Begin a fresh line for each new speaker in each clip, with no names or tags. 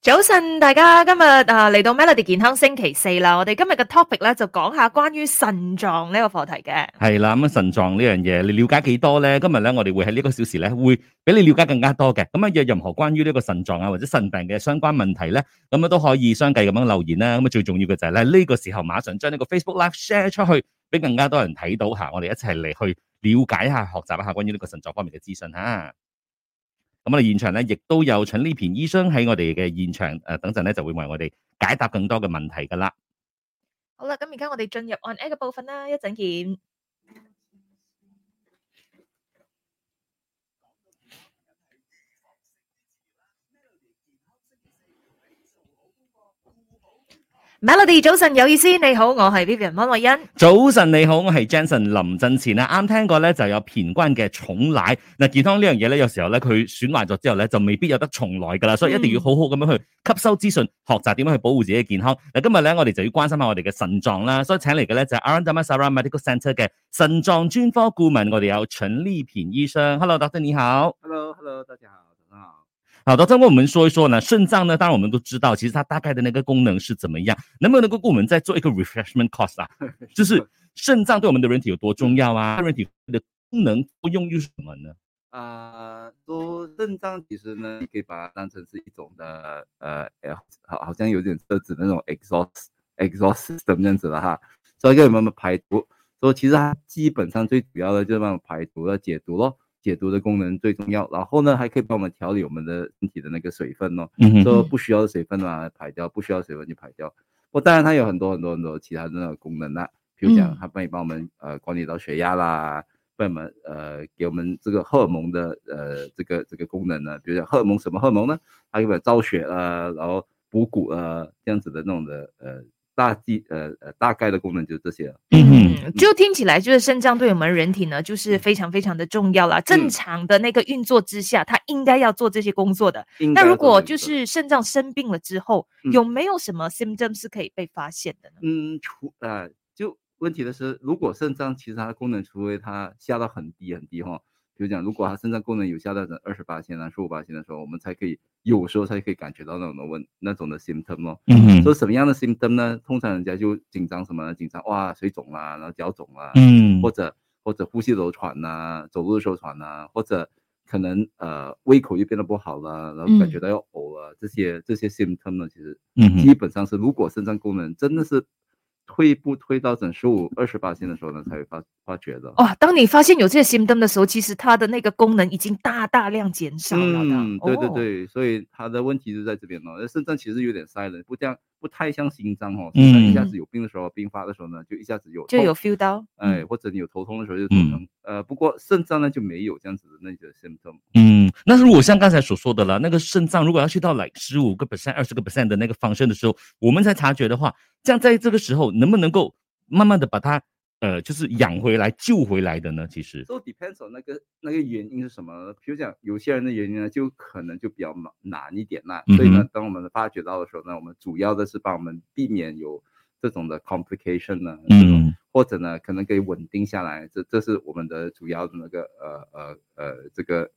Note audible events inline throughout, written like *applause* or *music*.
早晨，大家今日啊嚟到 Melody 健康星期四啦，我哋今日嘅 topic 咧就講下關於腎臟呢個課題嘅。
係啦，咁啊腎臟呢樣嘢，你了解幾多咧？今日咧，我哋會喺呢個小時咧，會俾你了解更加多嘅。咁啊，有任何關於呢個腎臟啊或者腎病嘅相關問題咧，咁啊都可以相繼咁樣留言啦。咁啊，最重要嘅就係咧，呢個時候馬上將呢個 Facebook Live share 出去，俾更加多人睇到嚇。我哋一齊嚟去了解下、學習一下關於呢個腎臟方面嘅資訊嚇。咁我哋現場咧，亦都有陳呢片醫生喺我哋嘅現場，誒、等陣咧就會為我哋解答更多嘅問題噶啦。
好啦，咁而家我哋進入 on air 嘅部分啦，一陣見。Melody 早晨有意思，你好，我係 Vivian 温慧欣。
早晨你好，我係 Jensen 林振前啊，啱聽過咧就有偏關嘅重奶嗱，健康呢樣嘢咧，有時候咧佢損壞咗之後咧，就未必有得重來噶啦，所以一定要好好咁樣去吸收資訊，學習點樣去保護自己嘅健康。嗱，今日咧我哋就要關心下我哋嘅腎臟啦，所以請嚟嘅咧就係 Arundama Sara Medical Centre 啊嘅腎臟專科顧問，我哋有陳立平醫生。Hello，doctor 你好。
Hello，Hello，大家好，早上好。
好的，再跟我们说一说呢，肾脏呢，当然我们都知道，其实它大概的那个功能是怎么样，能不能够给我们再做一个 refreshment course 啊？就是肾脏对我们的人体有多重要啊？人体的功能作用又是什么呢？
啊、说肾脏其实呢，你可以把它当成是一种的呃，呃好，好像有点车子那种 exhaust exhaust system 这样子了哈，所以给我们排毒。所以其实它基本上最主要的就是帮我们排毒了、解毒咯，解毒的功能最重要。然后呢，还可以帮我们调理我们的身体的那个水分哦。
嗯哼，
说不需要的水分啊排掉，不需要的水分就排掉。不，当然它有很多很多很多其他的那种功能啦，比如讲
嗯
它帮你帮我们呃管理到血压啦，帮我们呃给我们这个荷尔蒙的呃这个这个功能呢，比如讲荷尔蒙什么荷尔蒙呢？它给我们造血啊，然后补骨啊这样子的那种的呃大剂呃呃大概的功能就是这些了。
嗯哼，
嗯，就听起来就是肾脏对我们人体呢，就是非常非常的重要啦。
嗯
正常的那个运作之下，它应该要做这些工作的。
应该
那如
要做
果就
这个功能
是肾脏生病了之后，
嗯
有没有什么 symptom 是可以被发现的呢？
嗯，除呃，就问题的是，如果肾脏其实它的功能，除非它下到很低很低哈，比如讲，如果它肾脏功能有下到二十八线啊、十五八线的时候，我们才可以有时候才可以感觉到那种的问那种的 symptom 哦。
嗯
说
哼，
什么样的 symptom 呢？通常人家就紧张什么呢？紧张哇，水肿啦，然后脚肿啦，
嗯
或者或者呼吸都喘呐、走路的时候喘呐、或者可能呃胃口又变得不好了，然后感觉
嗯
到要呕了，这些这些 symptom 呢，其实
嗯哼，
基本上是，如果肾脏功能真的是退步退到整十五二十八线的时候呢，才会发发觉的。
哦，当你发现有这些 symptom 的时候，其实它的那个功能已经大大量减少了的。
嗯，对对
哦，
对，所以它的问题就在这边了。肾脏其实有点塞了，不像不太像心脏哦，心脏一下
嗯
子有病的时候，病发的时候呢，就一下子有
就有
痛
feel 到。嗯
哎，或者你有头痛的时候就头
嗯
疼。呃，不过肾脏呢就没有这样子的那个 symptom。
嗯，那如果像刚才所说的了，那个肾脏如果要去到来十五个 percent、二十个 percent 的那个方向的时候，我们才察觉的话，这样在这个时候能不能够慢慢的把它呃，就是养回来、救回来的呢？其实，
So depends on 那个那个原因是什么？比如讲，有些人的原因呢，就可能就比较麻难一点啦。所以
嗯
呢，当我们发觉到的时候呢，我们主要的是帮我们避免有这种的 complication 呢，这种
嗯
或者呢，可能可以稳定下来。这这是我们的主要的那个呃呃呃这个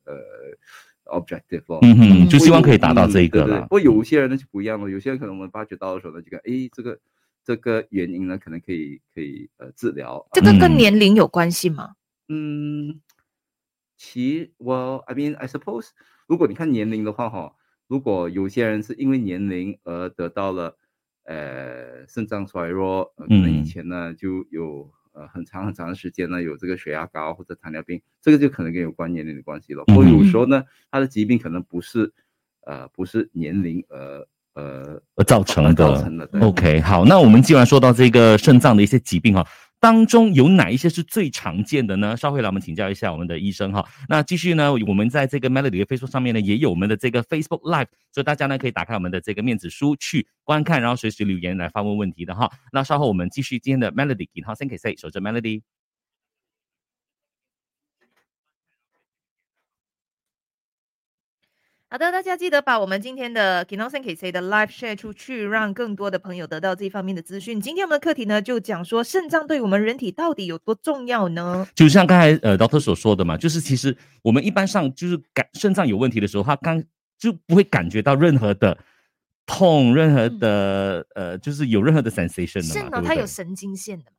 呃 objective 咯。
嗯哼，
嗯
就希望可以达到
嗯
这一个
对对
了
不。过有些人呢就不一样了，有些人可能我们发觉到的时候呢，就看，诶，这个这个原因呢，可能可以可以呃治疗。
这个跟
嗯
年龄有关系吗？
嗯，其 well I mean I suppose，如果你看年龄的话哈，如果有些人是因为年龄而得到了呃肾脏衰弱，呃可能以
嗯
前呢就有呃很长很长的时间呢有这个血压高或者糖尿病，这个就可能跟有关年龄的关系
嗯
了。或有时候呢，他的疾病可能不是呃不是年龄而呃
而造成的。
造成的，对。
OK，好，那我们既然说到这个肾脏的一些疾病哈，当中有哪一些是最常见的呢？稍后来我们请教一下我们的医生哈。那继续呢，我们在这个 Melody 的 Facebook 上面呢，也有我们的这个 Facebook Live，所以大家呢可以打开我们的这个面子书去观看，然后随时留言来发问问题的哈。那稍后我们继续今天的 Melody 健康星期四，守着 Melody。
好的，大家记得把我们今天的 k i n o s e n k C 的 live share 出去，让更多的朋友得到这一方面的资讯。今天我们的课题呢，就讲说肾脏对我们人体到底有多重要呢？
就像刚才呃 Doctor 所说的嘛，就是其实我们一般上就是感肾脏有问题的时候，他刚就不会感觉到任何的痛，任何的、呃，就是有任何的 sensation 的
肾
嘛，
哦，
对不
嗯它有
对？
神经线的嘛，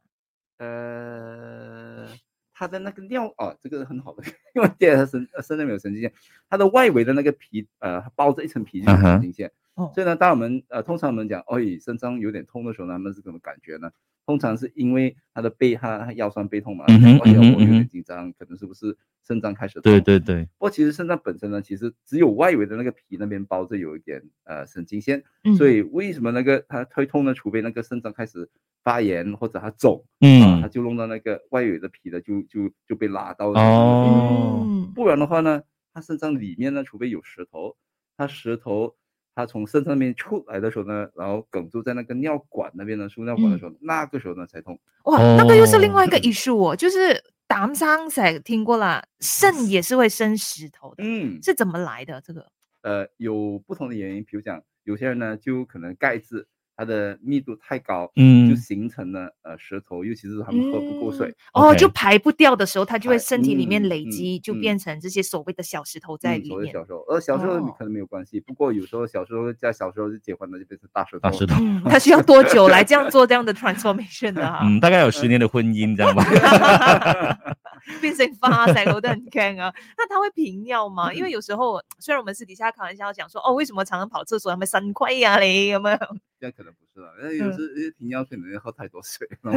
呃，
嗯
它的那个尿哦，这个很好的，因为第二神呃肾内没有神经线，它的外围的那个皮呃包着一层皮就
嗯
是
哼
神经线。
哦
所以呢，当我们呃通常我们讲，哦，咦肾脏有点痛的时候呢，他们是什么感觉呢？通常是因为他的背他他腰酸背痛嘛，
嗯哼
而且
嗯哼
我有
嗯
点
哼
紧张，可能是不是肾脏开始痛？
对对对，
不过其实肾脏本身呢，其实只有外围的那个皮那边包着有一点呃神经线，
嗯，
所以为什么那个它会痛呢？除非那个肾脏开始发炎或者它肿，啊，它
嗯，
就弄到那个外围的皮的就就就被拉到了
哦
嗯，
不然的话呢，它肾脏里面呢，除非有石头，它石头它从肾脏那边出来的时候呢，然后梗住在那个尿管那边呢，输尿管的时候，
嗯
那个时候呢才痛。
哇，那个又是另外一个
哦
issue 哦，就是胆生仔听过啦，肾也是会生石头的，
嗯，
是怎么来的？这个
呃，有不同的原因，比如讲有些人呢，就可能钙质它的密度太高，就
嗯，
形成了呃石头，尤其是他们喝不够水
嗯，哦，就
OK
排不掉的时候，它就会
排
身体里面
嗯
累
嗯
积，就
嗯
变成这些所谓的小石头在
嗯
里
所谓
面。
小时候，呃，小时候
哦
可能没有关系，不过有时候小时候在小时候就结婚了，就变成大石头。
大石头，
嗯，它需要多久来这样做这样的 transformation 的啊？
嗯，大概有
呃
十年的婚姻这样
*laughs*
吧。
变成发财我都很 can
*laughs*
啊。那它会频尿
嗯
吗？因为有时候虽然我们私底下开玩笑讲说，哦，为什么常常跑厕所，他们肾亏呀嘞，有没有？
现在可能不是了，那有
嗯
时停药可能喝太多水，然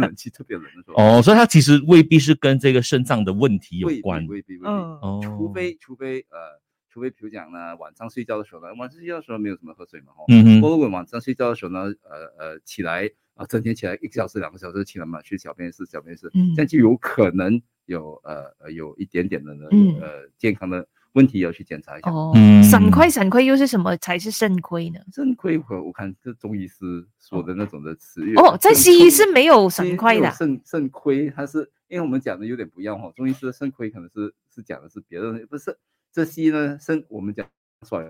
*laughs*
冷气特别冷的时候，
哦，所以它其实未必是跟这个肾脏的问题有
未必
关。
未必未必，
嗯，
哦，
除非除非呃，除非比如讲呢，晚上睡觉的时候呢，晚上睡觉的时候没有什么喝水嘛，吼，
嗯
不
哼，
过如果晚上睡觉的时候呢，呃呃，起来啊，整天起来一个小时两个小时起来嘛，去小便室小便室，
嗯
这样就有可能有呃呃有一点点的呢
嗯
呃健康的问题要去检查一下。
哦，
嗯
肾亏肾亏又是什么才是肾亏呢？
肾亏我我看这中医师说的那种的词语
哦，在
肾
西医
亏
是没有肾
肾
亏的啊，
肾肾亏，它是因为我们讲的有点不一样哦。中医师的肾亏可能是是讲的是别的东西，不是这西医呢肾我们讲衰，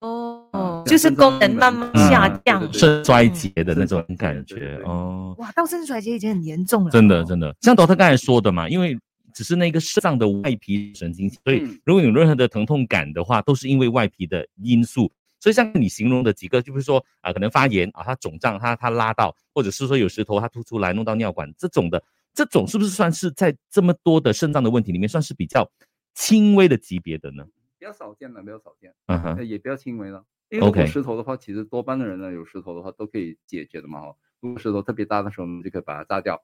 哦
嗯，
就是
肾
功
脏
能
功
慢
能
慢
嗯
下
对
降
对。对
肾衰竭的那种
嗯肾衰竭
感
对
觉
对对
哦。
哇，到肾衰竭已经很严重了哦，
真的，真的，像doctor 刚才说的嘛，因为只是那个肾脏的外皮神经，所以
嗯
如果有任何的疼痛感的话，都是因为外皮的因素。所以像你形容的几个，就是说啊、可能发炎啊，它肿胀，它它拉到，或者是说有石头它凸出来弄到尿管这种的，这种是不是算是在这么多的肾脏的问题里面，算是比较轻微的级别的呢？
比较少见了，比较少见，
嗯
呃
哼，
也比较轻微了。因为如
OK
果石头的话，其实多半的人呢有石头的话都可以解决的嘛哈。如果石头特别大的时候，我们就可以把它炸掉，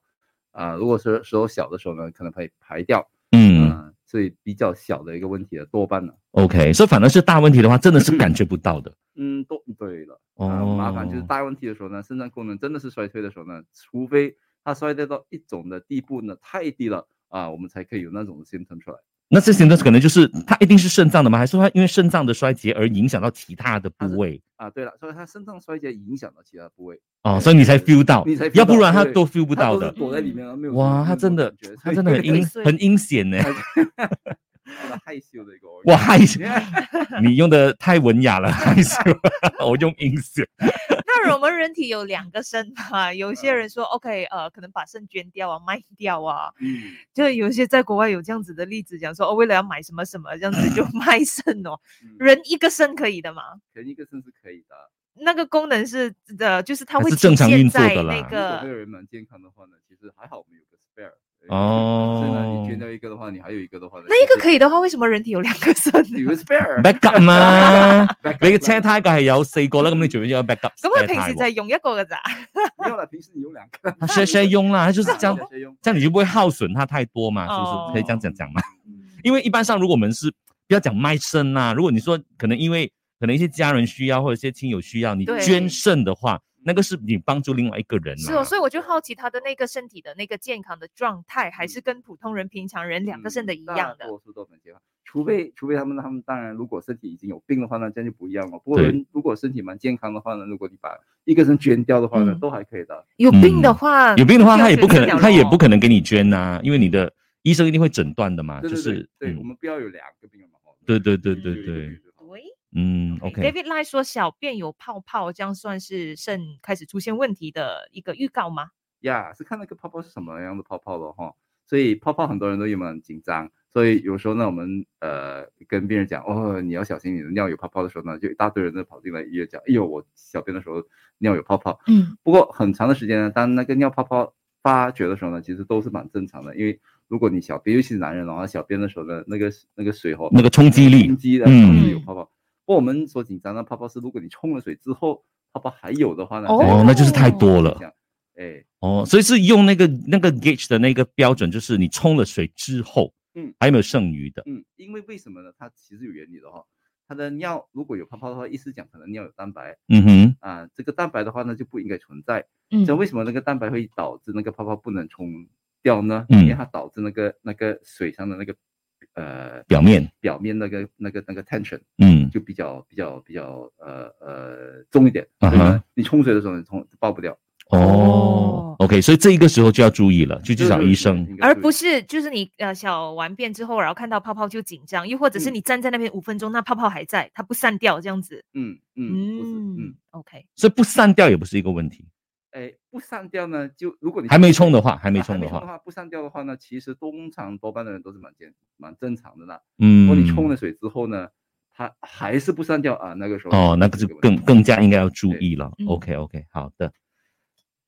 啊、如果是石头小的时候呢，可能可以排掉，
嗯
呃所以比较小的一个问题了，多半呢，
，OK，所以反而是大问题的话，真的是感觉不到的。
嗯，都对了。啊，
哦，
麻烦就是大问题的时候呢，肾脏功能真的是衰退的时候呢，除非它衰退到一种的地步呢，太低了啊，我们才可以有那种 symptom 出来。
那这 symptoms 可能就是它一定是肾脏的吗？还是说它因为肾脏的衰竭而影响到其他的部位？
啊，对了，所以它肾脏衰竭影响到其他部位，
哦，所以你才 feel 到，
你才 feel 到
要不然它
对
都 feel 不
它
到
都是
的。
躲在里面啊，没有
哇，他
它
真的，他
它
真的很
*laughs*
阴
鬼祟
很阴险呢。
害羞的一个
*laughs*
organ。
哇，害羞，你用的太文雅
*laughs*
了，害羞。 *laughs* 我用阴险。
那我们人体有两个肾嘛，有些
嗯
人说 OK，呃，可能把肾捐掉啊、卖掉啊，
*laughs*
*laughs*
嗯，
就有一些在国外有这样子的例子，讲说哦，为了要买什么什么，这样子就 *laughs* 卖肾哦。
嗯
人一个肾可以的嘛？
前一个肾是可以的。
那个功能是呃，就是它
它
会
是
体
正常
现
运作
在那
的啦
如果这
个
个人蛮健康的话呢，其实还好我们有个 spare。
哦
所以呢，你捐掉一个的话，你还有一个的话呢，
那一个可
以
以的话，为什么人体有两个肾呢？*laughs*
有个 *laughs* spare。
backup 嘛，你嘅車
猜
胎架係有四個
嗯
啦，咁你仲要有 backup
咁我
車
平
胎
時就係
喎。
用一個㗎咋，
没有了，平时你有两个。
它 share share 用啦，它就是这样，
谁用？
这样你就不会耗损它太多嘛，是不
哦
是？可以这样讲讲嘛？
嗯
因为一般上，如果我们是不要讲卖肾啦，如果你说可能因为可能一些家人需要或者一些亲友需要，你
对
捐肾的话，那个是你帮助另外一个人嘛。
是哦，所以我就好奇他的那个身体的那个健康的状态，还
嗯
是跟普通人、平常人两个肾的一样
大
的。
嗯多数都很健康，除非除非他们他们当然，如果身体已经有病的话呢，这样就不一样了。不过
对
人如果身体蛮健康的话呢，如果你把一个人捐掉的话呢，
嗯
都还可以的。
有病的
嗯
话，
有病的话，
就
他也不可
捐
能，
不
他
了
也
咯
不可能给你捐呐、因为你的医生一定会诊断的嘛，
对
就
对
是
对，对
嗯
我们不要有两个病人嘛。哦
对对对
嗯
对
有一个
对
病，就好
喂
嗯，OK，
David Lai 说小便有泡泡，这样算是肾开始出现问题的一个预告吗？
呀是看那个泡泡是什么样的泡泡了哈。所以泡泡很多人都有嘛很紧张，所以有时候呢，我们呃跟病人讲哦，你要小心你的尿有泡泡的时候呢，就一大堆人都跑进来医院讲，哎呦，我小便的时候尿有泡泡。
嗯
不过很长的时间呢，当那个尿泡泡发觉的时候呢，其实都是蛮正常的，因为如果你小便，尤其是男人的话，小便的时候呢，那个那个水哦，
那个冲击力
冲，击的
嗯
是有泡泡。不过我们所紧张的泡泡是，如果你冲了水之后，泡泡还有的话呢，
哦
哦，那就是太多了。
哎，
哦，所以是用那个那个 gauge 的那个标准，就是你冲了水之后，
嗯
还有没有剩余的？
嗯，因为为什么呢？它其实有原理的哈、它的尿如果有泡泡的话，意思讲可能尿有蛋白
嗯哼，
啊、这个蛋白的话呢就不应该存在。
嗯
这为什么那个蛋白会导致那个泡泡不能冲掉呢？
嗯
因为它导致那个那个水上的那个呃
表面，
表面那个那个那个 tension
嗯
就比较比较比较呃呃重一点，
啊
所
哈
以呢，你冲水的时候你冲爆不掉，
哦
哦
o k 所以这一个时候就要注意了，去去找医生。
应该
而
注意
不是就是你呃小完便之后，然后看到泡泡就紧张，又或者是
嗯
你站在那边五分钟，那泡泡还在，它不散掉这样子。
嗯嗯不是嗯
嗯，OK，
所以不散掉也不是一个问题，
哎不散掉呢就如果你
还没冲的话，还
还
没
冲
冲的
的
话，
不散掉的话呢，其实通常多半的人都是蛮健蛮正常的啦。
嗯，
如果你冲了水之后呢，它还是不散掉啊，那个时候
哦，那个
是
就
有问
更
题
更加应该要注意了。
嗯
OK OK，好的。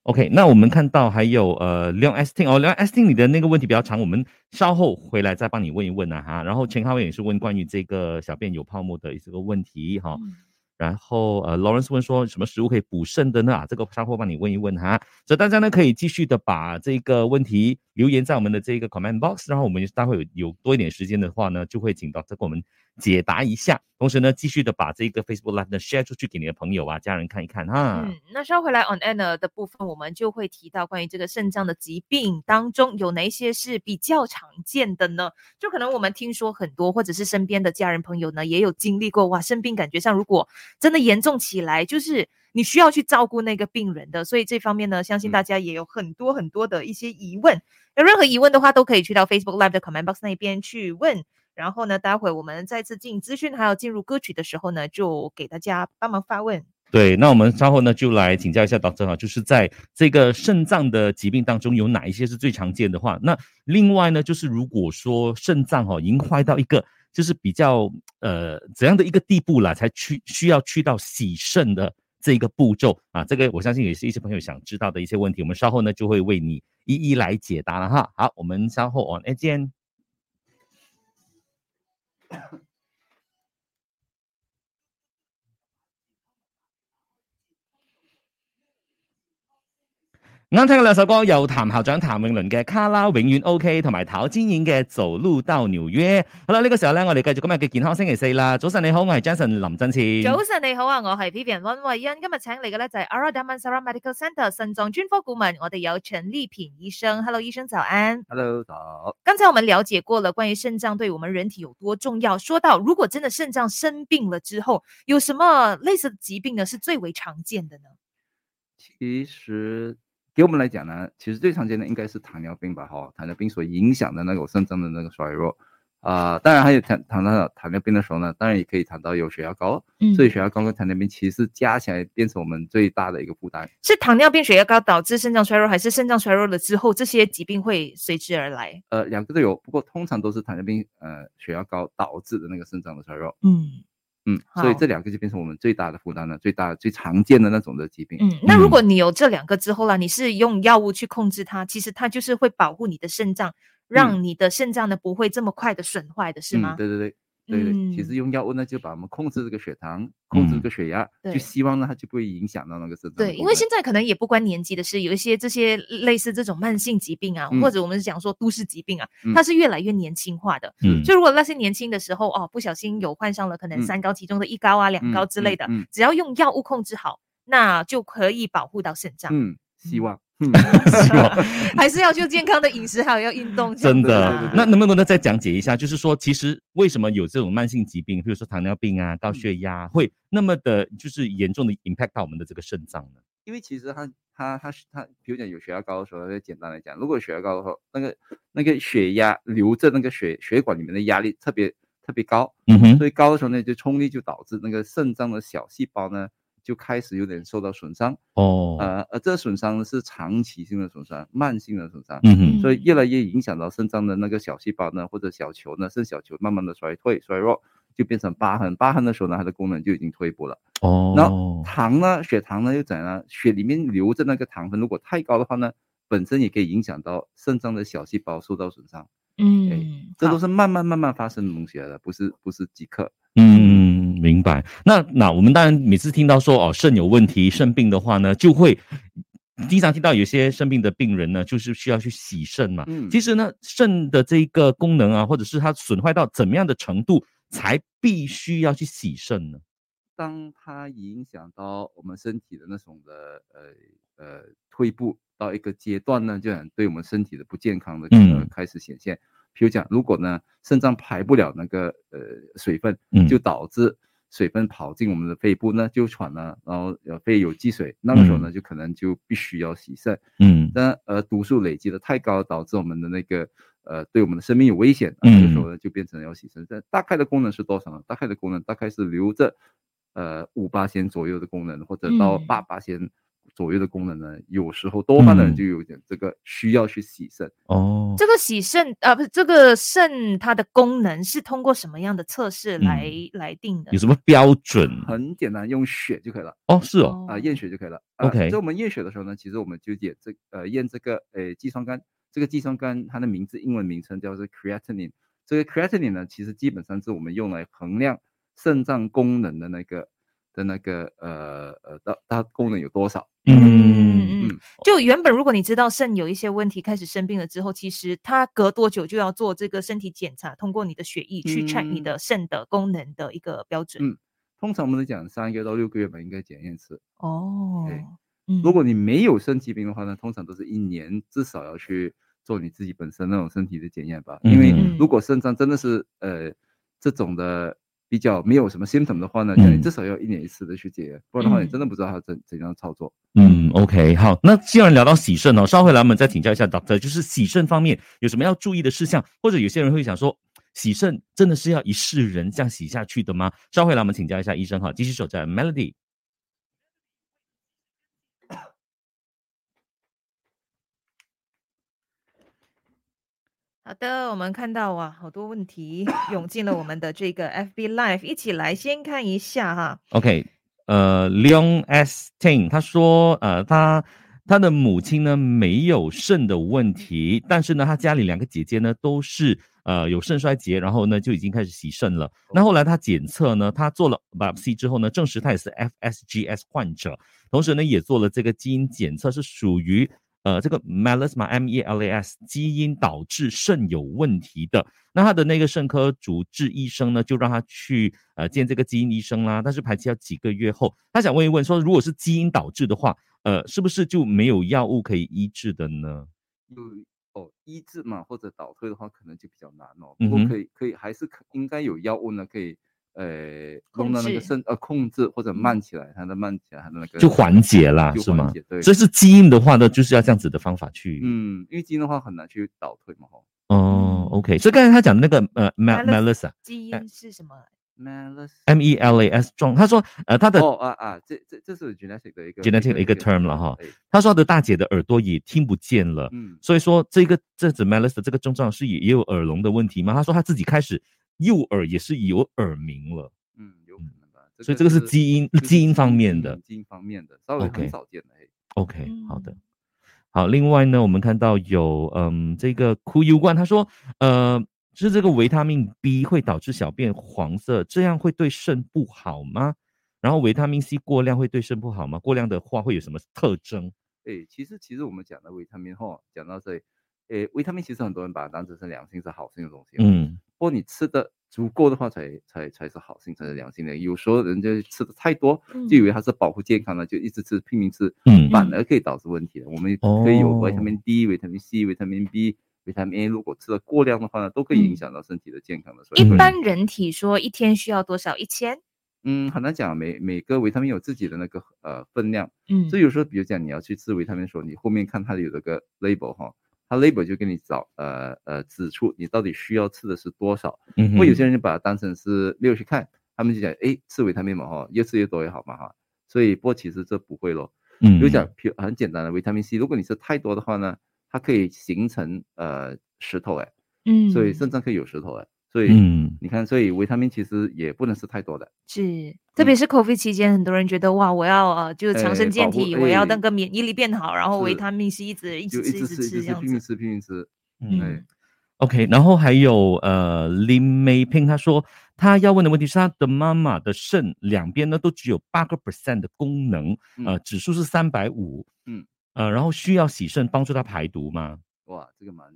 OK，那我们看到还有呃梁 S T 哦，梁 S T 你的那个问题比较长，我们稍后回来再帮你问一问啊哈。然后陈浩文也是问关于这个小便有泡沫的这个问题
哦
哈。
嗯
然后呃，Lawrence 问说什么食物可以补肾的呢？啊，这个稍后帮你问一问哈。所以大家呢可以继续的把这个问题留言在我们的这个 comment box，然后我们待会有有多一点时间的话呢，就会请 Doctor 给我们解答一下。同时呢，继续的把这个 Facebook Live 呢 share 出去给你的朋友啊、家人看一看哈。
嗯，那稍回来 on Anna 的部分，我们就会提到关于这个肾脏的疾病当中有哪一些是比较常见的呢？就可能我们听说很多，或者是身边的家人朋友呢也有经历过哇，生病感觉上如果真的严重起来，就是你需要去照顾那个病人的，所以这方面呢，相信
嗯
大家也有很多很多的一些疑问。有任何疑问的话，都可以去到 Facebook Live 的 comment box 那边去问。然后呢，待会我们再次进资讯，还有进入歌曲的时候呢，就给大家帮忙发问。
对，那我们稍后呢就来请教一下 Doctor 啊，就是在这个肾脏的疾病当中，有哪一些是最常见的话？那另外呢，就是如果说肾脏哦哈、已经坏到一个就是比较呃怎样的一个地步啦，才去需要去到洗肾的这个步骤啊，这个我相信也是一些朋友想知道的一些问题，我们稍后呢就会为你一一来解答了哈。好，我们稍后 on air 见。啱聽嘅兩首歌，有譚校長譚詠麟嘅《卡拉永遠 OK》，同埋陶晶瑩嘅《走路到紐約》。好啦，呢、個時候咧，我哋繼續今日嘅健康星期四啦。早晨你好，我係 Jason 林振 *laughs* 前。
早晨你好啊，我系 Vivian 温慧欣，今日请嚟嘅咧就系 Aradamansara Medical Centre 腎臟專科顧問，我哋有陳立平醫生，Hello 醫生早安。
Hello，早。
刚才我们了解过了关于肾脏对我们人体有多重要，说到如果真的肾脏生病了之后，有什么类似的疾病呢是最为常见的呢？
其实给我们来讲呢，其实最常见的应该是糖尿病吧，哈，糖尿病所影响的那种肾脏的那个衰弱。啊、当然还有谈谈到糖尿病的时候呢，当然也可以谈到有血压高，
嗯
所以血压高跟糖尿病其实加起来变成我们最大的一个负担。
是糖尿病、血压高导致肾脏衰弱，还是肾脏衰弱了之后这些疾病会随之而来？
呃，两个都有，不过通常都是糖尿病呃血压高导致的那个肾脏的衰弱。
嗯
嗯，所以
好
这两个就变成我们最大的负担了，最大最常见的那种的疾病。
嗯，那如果你有这两个之后啦，你是用药物去控制它，其实它就是会保护你的肾
嗯
脏，让你的肾脏呢不会这么快的损坏的，是吗？
嗯，对对对。对对，其实
嗯
用药物呢，就把我们控制这个血糖，控制
嗯
这个血压，
对
就希望呢它就不会影响到那个肾脏的功能。
对，因为现在可能也不关年纪的事，有一些这些类似这种慢性疾病啊，或
嗯
者我们讲说都市疾病啊，
嗯
它是越来越年轻化的。
嗯
就如果那些年轻的时候哦，不小心有患上了可能
嗯
三高其中的一高啊、两高
嗯
之类的，
嗯嗯
只要用药物控制好，那就可以保护到肾脏。
嗯，希望，嗯 *laughs*
是吧
还是要就健康的饮食，还有要运动这样
啊真
子啦。
的，那能不能再讲解一下？就是说，其实为什么有这种慢性疾病，比如说糖尿病啊、高血压，会那么的，就是严重的 impact 到我们的这个肾脏呢？
因为其实它它它是它，比如讲有血压高的时候，就简单来讲，如果血压高的时候，那个那个血压流着那个血血管里面的压力特别特别高，
嗯哼，
所以高的时候呢，就冲力就导致那个肾脏的小细胞呢就开始有点受到损伤，
哦，
呃，而这损伤是长期性的损伤，慢性的损伤，
嗯哼，
所以越来越影响到肾脏的那个小细胞呢，或者小球呢，肾小球慢慢的衰退衰弱，就变成疤痕。疤痕的时候呢，它的功能就已经退步了。然
哦，
糖呢，血糖呢又怎样呢？血里面留着那个糖分，如果太高的话呢，本身也可以影响到肾脏的小细胞受到损伤。
嗯，
这都
是
是慢慢慢慢发生的东西来的，不是不是即刻。
嗯，明白。那那我们当然每次听到说哦肾有问题、肾病的话呢，就会经常听到有些肾病的病人呢，就是需要去洗肾嘛。
嗯
其实呢，肾的这个功能啊，或者是它损坏到怎么样的程度，才必须要去洗肾呢？
当它影响到我们身体的那种的呃呃退步到一个阶段呢，就很对我们身体的不健康的呃
嗯
开始显现。比如讲，如果呢肾脏排不了那个呃水分，
嗯
就导致水分跑进我们的肺部呢，就喘了，然后呃肺有积水，那个时候呢就可能就必须要洗肾。
嗯
但呃毒素累积的太高，导致我们的那个呃对我们的生命有危险，啊这个时候呢就变成要洗肾。但大概的功能是多少呢？大概的功能大概是留着呃五八仙左右的功能，或者到
嗯
八八仙左右的功能呢。有时候多半的人
嗯
就有点这个需要去洗肾。
哦，
这个洗肾啊，不是这个肾，它的功能是通过什么样的测试
嗯
来、来定的
有？什么标准？
很简单，用血就可以了
哦，是哦，
啊、验血就可以了。
OK
在、所以我们验血的时候呢，其实我们就验这呃验这个呃肌酸酐，这个肌酸酐它的名字英文名称叫做 creatinine。这个 creatinine 呢，其实基本上是我们用来衡量肾脏功能的那个的那个呃呃，它它功能有多少？
嗯，
嗯嗯
嗯，
就原本如果你知道肾有一些问题，开始生病了之后，其实它隔多久就要做这个身体检查，通过你的血液去 check 你
嗯
的肾的功能的一个标准。
嗯通常我们都讲三个月到六个月吧，应该检验一次。
哦
对，
嗯
如果你没有肾疾病的话呢，通常都是一年至少要去做你自己本身那种身体的检验吧。因为
嗯
如果肾脏真的是呃这种的比较没有什么 symptom 的话呢，那你
嗯
至少要一年一次的去检验，不然的话你
嗯
真的不知道它怎怎样操作。
嗯，OK，好，那既然聊到洗肾哦，稍回来我们再请教一下 Doctor，就是洗肾方面有什么要注意的事项，或者有些人会想说，洗肾真的是要一世人这样洗下去的吗？稍回来我们请教一下医生哈，继续守在 Melody。
好的，我们看到啊，好多问
*coughs*
题涌进了我们的这个 FB Live，一起来先看一下哈。
OK，呃，Leon S Ting 他说，呃，他他的母亲呢没有肾的问题，但是呢，他家里两个姐姐呢都是呃有肾衰竭，然后呢就已经开始洗肾了。那后来他检测呢，他做了 biopsy 之后呢，证实他也是 FSGS 患者，同时呢也做了这个基因检测，是属于。呃，这个 melasma M E L A S 基因导致肾有问题的，那他的那个肾科主治医生呢，就让他去呃见这个基因医生啦，但是排期要几个月后，他想问一问说，如果是基因导致的话，呃，是不是就没有药物可以医治的呢？
有哦，医治嘛或者倒退的话，可能就比较难哦。
嗯
不
哼
过可以可以还是可应该有药物呢，可以呃
控
弄到那个
制
肾呃控制或者
嗯
慢起来，它的慢起来它的那个
就缓解啦，
就是
吗
缓解？对
所以是基因的话呢，就是要这样子的方法去。
嗯，因为基因的话很难去倒退嘛吼。
*laughs* 哦，OK，所以刚才他讲的那个呃
Melas-
melas a
基
哎
因是什么？
Melas
M E L A S 状，他说呃 *laughs* 他的
哦啊啊，这这这是 genetic 的一个
genetic 的一个 term 了哈。
哎
他说他的大姐的耳朵也听不见了，
嗯，
所以说这个这子 Melissa 这个症状是也也有耳聋的问题吗？他说他自己开始右耳也是有耳鸣了，
嗯，有可能吧。
所以这个是基因
这个
基因
是
方面的
嗯基因方面的，稍微
OK
很少见的。嘿
OK，好的
嗯，
好。另外呢，我们看到有嗯，这个哭油罐，他说呃，是这个维他命 B 会导致小便黄色，这样会对肾不好吗？然后维他命 C 过量会对肾不好吗？过量的话会有什么特征？
哎，其实其实我们讲的维他命哈，讲到这里，哎，维他命其实很多人把它当成是良性是好性的东西。，哦
嗯
不过你吃的足够的话才，才才是好性，才是良性的。有时候人家吃的太多，就以为它是保护健康的，就一直吃拼命吃，
嗯
反
嗯
而可以导致问题的。我们可以有维他
哦
命 D、维他命 C、维他命 B、维他命 A，如果吃的过量的话呢，都可以
嗯
影响到身体的健康的。所以
一
说
般人体说一天需要多少？一千？
嗯，很难讲，每每个维他命有自己的那个呃分量，
嗯
所以有时候比如讲你要去吃维他命的时候，你后面看它有这个 label 哈，它 label 就给你找呃呃指出你到底需要吃的是多少。
嗯
不
哼，
过有些人就把它当成是六十看，他们就讲哎吃维他命嘛哈，越吃越多越好嘛哈。所以不过其实这不会咯。
嗯，
比如讲，譬如很简单的维他命 C，如果你吃太多的话呢，它可以形成呃石头哎，
嗯，
所以肾脏可以有石头哎，所以
嗯，
你看，所以维他命其实也不能吃太多的。
是，特别是 COVID 期间，很多人觉得哇，我要呃，就是强
嗯哎
身健
保护
体，我要
哎
那个免疫力变好，然后维
是
他命 C 一直一
就
直
一
吃直
直吃，一
吃
直
这
吃，
样
拼命
子。
吃，拼命吃。
嗯
哎
OK，然后还有呃林梅萍，她说她要问的问题是她的妈妈的肾两边呢都只有八个 percent 的功能，呃，
嗯
指数是三百五，
嗯，
呃，然后需要洗肾帮助她排毒吗？
哇，这个蛮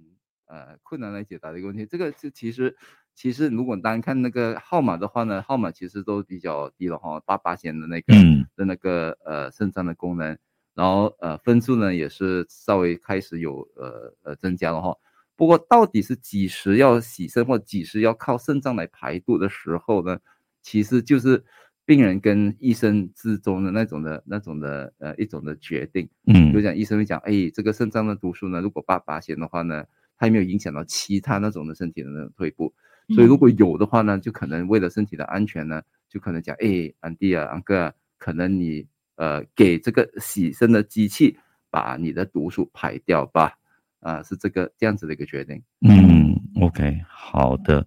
呃困难来解答的一个问题。这个就其实其实如果单看那个号码的话呢，号码其实都比较低了哈，八八线的那个
嗯
的那个呃肾脏的功能，然后呃分数呢也是稍微开始有呃呃增加了哈。不过到底是几时要洗肾或几时要靠肾脏来排毒的时候呢？其实就是病人跟医生之中的那种的那种的呃一种的决定。比如
嗯
讲医生会讲，哎，这个肾脏的毒素呢，如果八八线的话呢，它也没有影响到其他那种的身体的那种退步，
嗯
所以如果有的话呢，就可能为了身体的安全呢，就可能讲，哎，安迪啊，安哥啊，可能你呃给这个洗肾的机器把你的毒素排掉吧，啊、是这个这样子的一个决定。
嗯，OK，好的。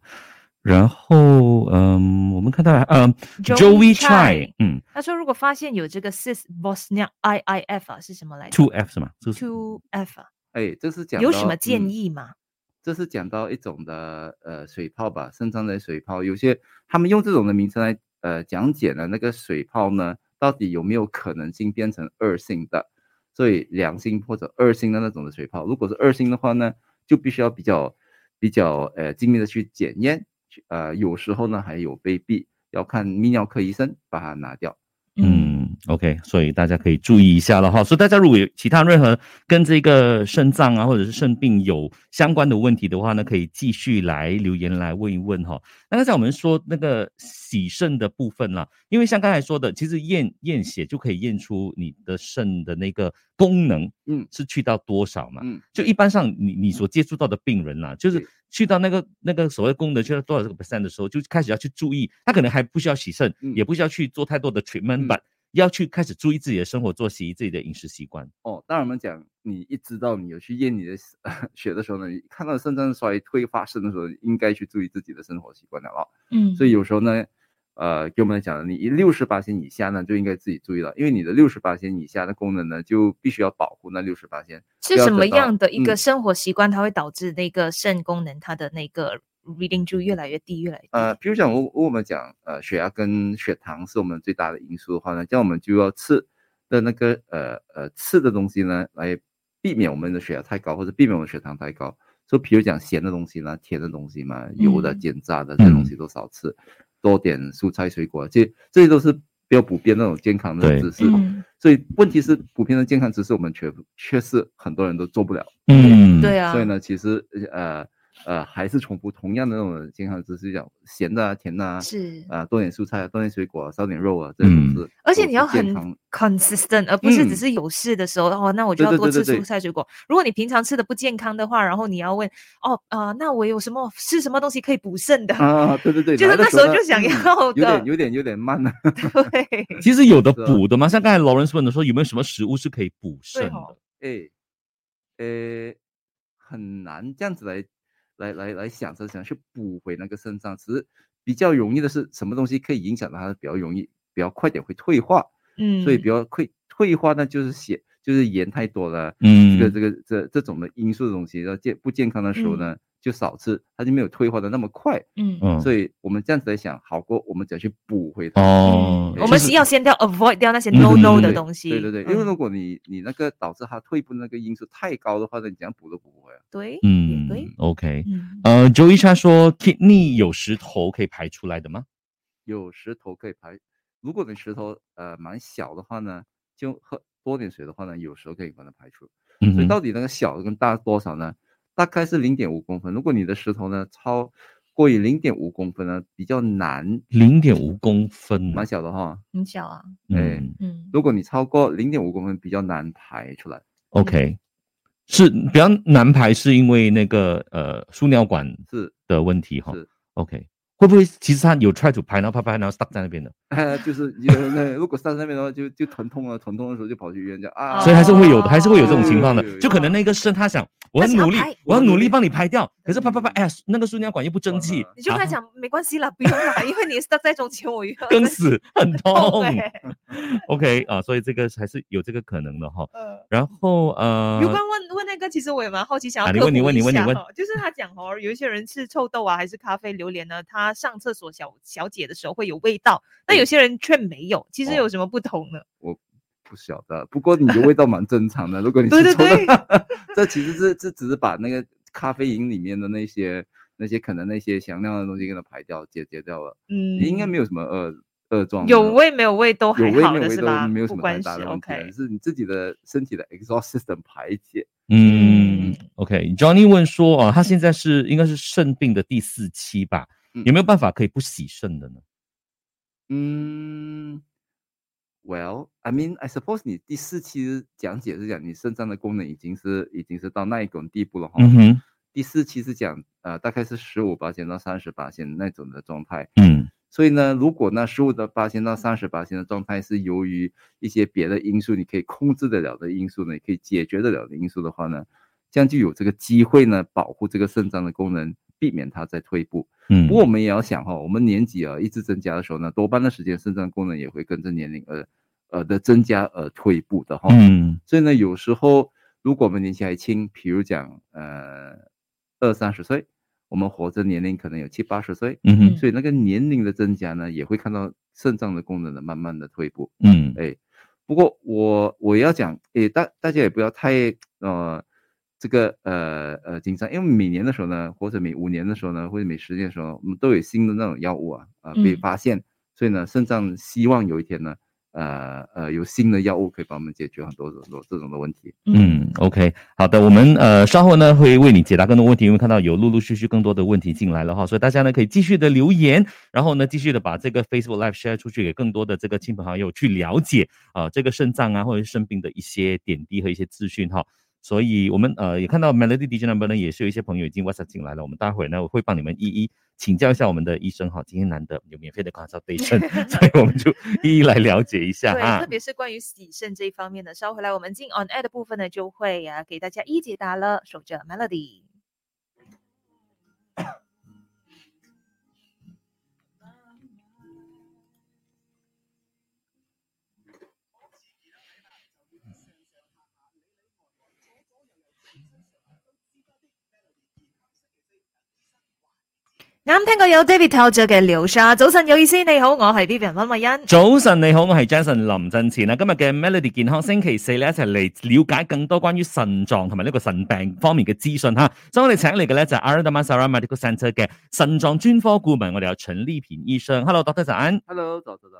然后嗯，我们看到嗯
Joey Chai
Joey Chai，嗯
他说，如果发现有这个 cis bosnia IIF 啊，是什么来着
，Two F 是吗？Two
？Two F 啊
哎，这是讲
有
到
什么建
嗯
议吗？
这是讲到一种的呃水泡吧，肾脏的水泡，有些他们用这种的名称来呃讲解了那个水泡呢，到底有没有可能性变成恶性的？所以良性或者恶性的那种的水泡，如果是恶性的话呢，就必须要比较比较呃精密的去检验，去呃有时候呢还有被闭，要看泌尿科医生把它拿掉。
嗯，OK，所以大家可以注意一下了哈。所以大家如果有其他任何跟这个肾脏啊或者是肾病有相关的问题的话呢，可以继续来留言来问一问哈。那刚才我们说那个洗肾的部分啦，因为像刚才说的，其实验验血就可以验出你的肾的那个功能，
嗯
是去到多少嘛？
嗯，
就一般上你你所接触到的病人啦，就是
对
去到那个那个所谓功能去到多少这个 percent 的时候，就开始要去注意，他可能还不需要洗肾，
嗯
也不需要去做太多的 treatment，、
嗯
but 要去开始注意自己的生活作息、自己的饮食习惯。
哦，当然我们讲，你一知道你有去验你的血 *laughs* 的时候呢，你看到肾脏衰退发生的时候，应该去注意自己的生活习惯了哦。
嗯，
所以有时候呢，呃，给我们来讲，你六十八以下呢，就应该自己注意了，因为你的六十八以下的功能呢，就必须要保护那六十八
是
不要
什
得
么
到
样的一个
嗯
生活习惯，它会导致那个肾功能它的那个 reading 就越来越低，越来越低？
呃，比如讲我我们讲，呃，血压跟血糖是我们最大的因素的话呢，这样我们就要吃的那个呃呃吃的东西呢，来避免我们的血压太高，或者避免我们血糖太高。就比如讲咸的东西呢，甜的东西嘛，油的、
嗯
煎炸的这些东
嗯
西都少吃，多点蔬菜水果，这这些都是比较普遍那种健康的
对
知识。
嗯，
所以问题是，普遍的健康知识我们缺缺失，很多人都做不了。
嗯，
对啊，
所以呢，其实呃呃还是重复同样的那种健康知识，讲咸的啊、甜的啊，
是。
啊、多点蔬菜啊，多点水果啊，少点肉啊，这些东
嗯
西。
而且你要很
健康 *laughs*
consistent，而不是只
嗯
是有事的时候、哦，那我就
对
要
对
多
对
吃
对
蔬
对
菜水果。如果你平常吃的不健康的话，然后你要问哦，呃，那我有什么吃什么东西可以补肾的？
啊，对对对，
就是
来的
那时候
呢
就想
嗯
要的
有点有点有点慢啊了、
*laughs* 对，
其实有的
是啊
补的嘛，像刚才劳伦斯问的说，有没有什么食物是可以补肾
对哦
的？
哎，呃，很难这样子来来来来想着想去补回那个肾脏，只是比较容易的是什么东西可以影响到它比较容易，比较快点会退化，
嗯，
所以比较退退化呢就是血就是盐太多了。
嗯，
这个这个这这种的因素的东西，要健不健康的时候呢，就少吃，它就没有退化的那么快。
嗯。
嗯，
所以我们这样子来想，好过我们只要去补回它。
哦，
嗯我
就
们
是
要先掉 avoid 掉那些
嗯
no
对
no
对
的
对
东西。
对对对，因为
嗯
如果你你那个导致它退步那个因素太高的话呢，你怎样补都补不回啊来。
对，也
嗯
对，
，OK，
嗯，
呃，Joey 他说 kidney 有石头可以排出来的吗？
有石头可以排，如果你石头呃蛮小的话呢，就喝多点水的话呢，有时候可以把它排出。
嗯
所以
哼，
到底那个小的跟大多少呢？大概是零点五公分。如果你的石头呢超过于零点五公分呢，比较难，
零点五公分啊
蛮，小的哈。
很小啊，
哎
嗯
嗯，
如果你超过零点五公分，比较难排出来。
，OK，是比较难排，是因为那个呃输尿管
是
的问题哈
是。 *laughs*
OK，会不会其实他有 try to 拍，然后拍拍，然后 stuck 在那边的，
就是有那如果上那边的话，就就疼痛了，疼痛的时候就跑去医院讲
哦
啊，
所以还是会有的，还是会有这种情况的
有有。有
就可能那个肾他想，我很
他想
努力
拍，
我要
我努
努力
力
帮你拍掉，可是拍拍拍，哎呀，那个输尿管又不争气
完了，
你就跟他
啊
讲、没关系啦，不用啦，因为你 stuck 在中间，我又
更
*laughs*
死，很痛。
对
OK 啊，所以这个还是有这个可能的哈。
呃
然后呃，
有关问问那个，其实我也蛮好奇，想
啊
要
你
科
问你
普
问
一
你问你
下
问
哦就是他讲哦，有一些人吃臭豆啊，还是咖啡、榴莲呢，他上厕所小小解的时候会有味道，那有些人却没有，其实
哦
有什么不同呢？
不晓得。不过你的味道蛮正常的，如果你
对
是
对
抽的
对
*laughs* 这其实是这只是把那个咖啡因里面的那些那些可能那些香料的东西给它排掉解决掉了，
嗯，
你应该没有什么恶恶状的。
有味没有味都
有
还
味
好
没有
的
味
是
道
吧？
没有什
不
么太
关系
大的问题的，
，OK。
是你自己的身体的 exhaust system 排解。
嗯
嗯
，OK，Johnny 问说哦，他现在是应该是肾病的第四期吧？
嗯
有没有办法可以不洗肾的呢？
嗯，Well, I mean, I suppose 你第四期讲解是讲你肾脏的功能已经是已经是到那一种地步了哈。
嗯哼，
第四期是讲呃大概是十五八千到三十八千那种的状态。
嗯
所以呢，如果那十五的八千到三十八千的状态是由于一些别的因素，你可以控制得了的因素呢，你可以解决得了的因素的话呢，这样就有这个机会呢，保护这个肾脏的功能，避免它再退步。
嗯，
不过我们也要想哈、哦，我们年纪啊一直增加的时候呢，多半的时间肾脏功能也会跟着年龄而呃的增加而退步的哈、
嗯
所以呢，有时候如果我们年纪还轻，比如讲呃二三十岁，我们活着年龄可能有七八十岁，
嗯哼
所以那个年龄的增加呢，也会看到肾脏的功能的慢慢的退步。
嗯
哎，不过我我要讲，哎，大大家也不要太呃这个呃呃紧张，因为每年的时候呢，或者每五年的时候呢，或者每十年的时候，我们都有新的那种药物啊啊、呃被
嗯
发现，所以呢，肾脏希望有一天呢。呃呃，有新的药物可以帮我们解决很多很多这种的问题。
嗯，OK，好的，我们呃稍后呢会为你解答更多问题，因为看到有陆陆续续更多的问题进来了哈，所以大家呢可以继续的留言，然后呢继续的把这个 Facebook Live share 出去给更多的这个亲朋好友去了解啊、这个肾脏啊或者是肾病的一些点滴和一些资讯哈。所以我们呃也看到 Melody DJ number 呢也是有一些朋友已经 WhatsApp 进来了，我们待会儿呢我会帮你们一一请教一下我们的医生哈，今天难得有免费的 consultation，所以我们就一一来了解一下
对，
哈
特。别是关于洗肾这一方面呢，稍回来我们进 on air 的部分呢，就会啊给大家一一解答了。守着 Melody。啱聽過有 David 透着嘅療沙，早晨有意思，你好，我係 Vivian 温慧欣。
早晨，你好，我系 Jason 林振前啊。今日嘅 Melody 健康星期四咧，一齐嚟了解更多关于腎臟同埋呢個腎病方面嘅資訊哈。所以我哋請嚟嘅咧就係 Aradamasara Medical Centre 嘅腎臟專科顧問，我哋有陳立平醫生。Hello，Doctor 早安。
Hello，早早早。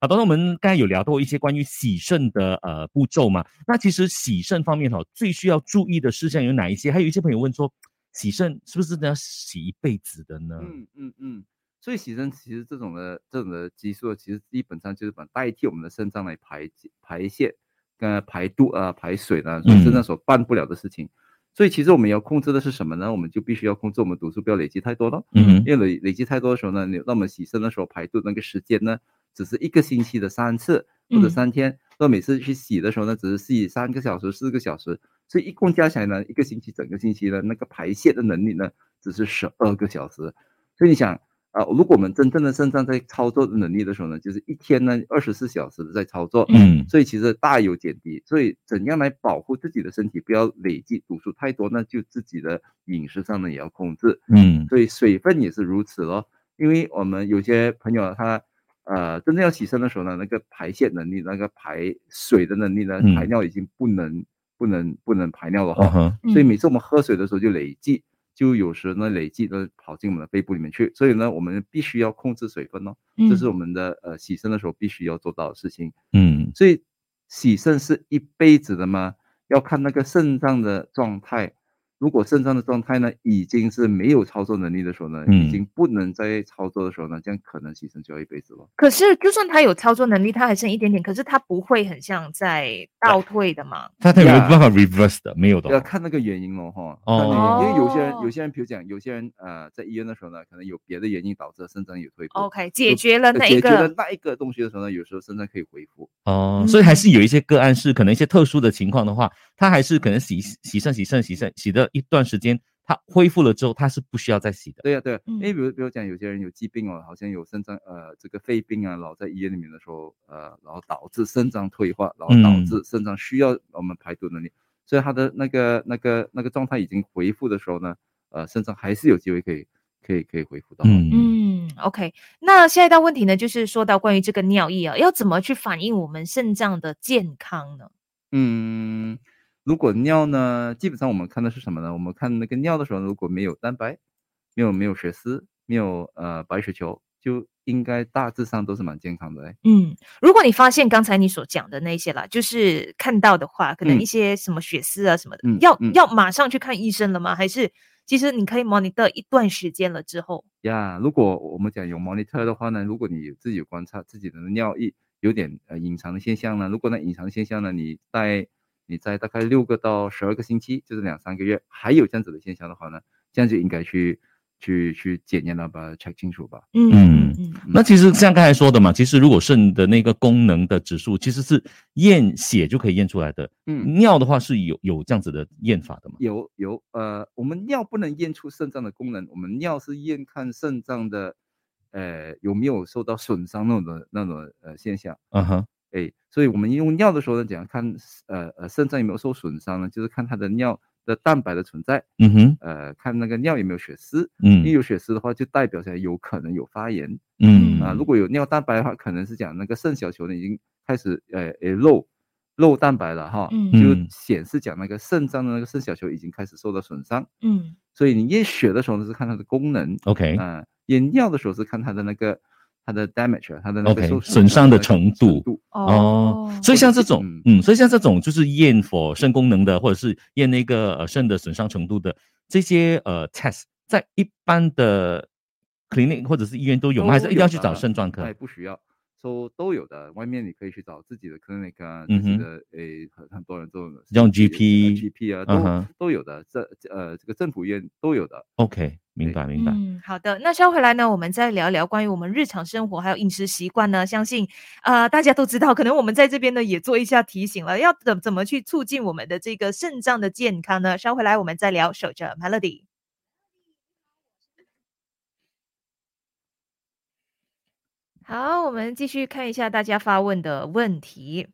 啊，刚刚我们刚才有聊到一些关于洗肾的呃步骤嘛，那其实洗肾方面哈、最需要注意的事项有哪一些？还有一些朋友问说，洗肾是不是真的要洗一辈子的呢？
嗯嗯嗯，所以洗肾其实这种的这种的激素，其实基本上就是把代替我们的肾脏来排解排泄、跟、排毒啊、排水呢、所以肾
嗯
脏所办不了的事情。所以其实我们要控制的是什么呢？我们就必须要控制我们毒素不要累积太多咯。
嗯哼
因为累累积太多的时候呢，你那我们洗肾的时候排毒那个时间呢，只是一个星期的三次或者
嗯
三天。那每次去洗的时候呢，只是洗三个小时、四个小时，所以一共加起来呢，一个星期整个星期呢，那个排泄的能力呢，只是十二个小时。所以你想啊、如果我们真正的肾脏在操作的能力的时候呢，就是一天呢二十四小时的在操作，
嗯
所以其实大有减低。所以怎样来保护自己的身体，不要累积毒素太多呢？就自己的饮食上呢也要控制。
嗯
所以水分也是如此咯。因为我们有些朋友啊他呃真正要洗身的时候呢，那个排泄能力、那个排水的能力呢，
嗯
排尿已经不能不能不能排尿了
嗯
哈。
哼
嗯
所以每次我们喝水的时候就累积，就有时呢累积呢跑进我们的肺部里面去。所以呢，我们必须要控制水分哦，这
嗯
是我们的呃洗身的时候必须要做到的事情。
嗯
所以洗肾是一辈子的吗？要看那个肾脏的状态。如果肾脏的状态呢已经是没有操作能力的时候呢，
嗯
已经不能再操作的时候呢，这样可能牺牲就要一辈子了。
可是就算他有操作能力，他还剩一点点，可是他不会很像在倒退的嘛。
他他有没有
Yeah
办法 reverse 的？没有的
要
哦。
看那个原因咯，哈。
哦
看那个因为有些人，
哦
有些人，比如讲，有些人呃，在医院的时候呢，可能有别的原因导致肾脏有退步。
OK，解决了
呃
那一
解决了
个，
那一个东西的时候呢，有时候肾脏可以恢复。
哦
嗯，
所以还是有一些个案是可能一些特殊的情况的话，他还是可能洗洗肾、洗肾、洗肾，洗的一段时间，他恢复了之后，他是不需要再洗的。
对呀、对呀、因为
嗯
比如比如讲，有些人有疾病哦，好像有肾脏呃这个肺病啊，然后在医院里面的时候，呃，然后导致肾脏退化，然后导
嗯
致肾脏需要我们排毒能力，所以他的那个那个那个状态已经恢复的时候呢，呃，肾脏还是有机会可以可以可以恢复到。
嗯
嗯，OK。那下一道问题呢，就是说到关于这个尿液啊，要怎么去反映我们肾脏的健康呢？
嗯，如果尿呢，基本上我们看的是什么呢？我们看那个尿的时候，如果没有蛋白，没有没有血丝，没有呃白血球，就应该大致上都是蛮健康的嘞。
嗯，如果你发现刚才你所讲的那些啦，就是看到的话，可能
嗯
一些什么血丝啊什么的，
嗯
要、
嗯
要马上去看医生了吗？还是其实你可以 monitor 一段时间了之后，
呀如果我们讲有 monitor 的话呢，如果你自己有观察自己的尿液有点呃隐藏的现象呢，如果那隐藏现象呢，你在你在大概六个到十二个星期，就是两三个月，还有这样子的现象的话呢，这样就应该去去去检验了吧，check 清楚吧。
嗯
嗯
嗯
那其实像刚才说的嘛，其实如果肾的那个功能的指数其实是验血就可以验出来的，
嗯，
尿的话是有有这样子的验法的嘛？
有有，呃，我们尿不能验出肾脏的功能，我们尿是验看肾脏的，呃，有没有受到损伤那种的那种呃现象，
嗯哼，
哎，所以我们用尿的时候呢，怎样看呃呃肾脏有没有受损伤呢？就是看它的尿的蛋白的存在，
嗯哼，
呃，看那个尿有没有血丝，因为
嗯
有血丝的话，就代表起来有可能有发炎
嗯
啊、如果有尿蛋白的话，可能是讲那个肾小球呢已经开始呃呃漏漏蛋白了哈，
嗯
就
嗯
显示讲那个肾脏的那个肾小球已经开始受到损伤。
嗯
所以你验血的时候呢是看它的功能，
OK
啊、验尿的时候是看它的那个它的 damage，啊它的那个
OK，
受
损伤的
那个
程
程
度
度。
哦，所以
或者
像
是
这种
嗯，
嗯，所以像这种就是验否肾功能的，或者是验那个呃肾的损伤程度的这些呃 test，在一般的 clinic 或者是医院都有吗？还是
都
一定要
有
去
的哎
找肾专科
那也不需要，都、都有的。外面你可以去找自己的 clinic 啊，
嗯
自己
哼
的诶很很多人都有
像 GP
GP 啊，都、
嗯哼
都有的。这呃这个政府医院都有的。
？OK，明白明白。
嗯，好的。那稍回来呢，我们再聊聊关于我们日常生活还有饮食习惯呢。相信呃大家都知道，可能我们在这边呢也做一下提醒了，要怎怎么去促进我们的这个肾脏的健康呢？稍回来我们再聊。守着 Melody。好，我们继续看一下大家发问的问题。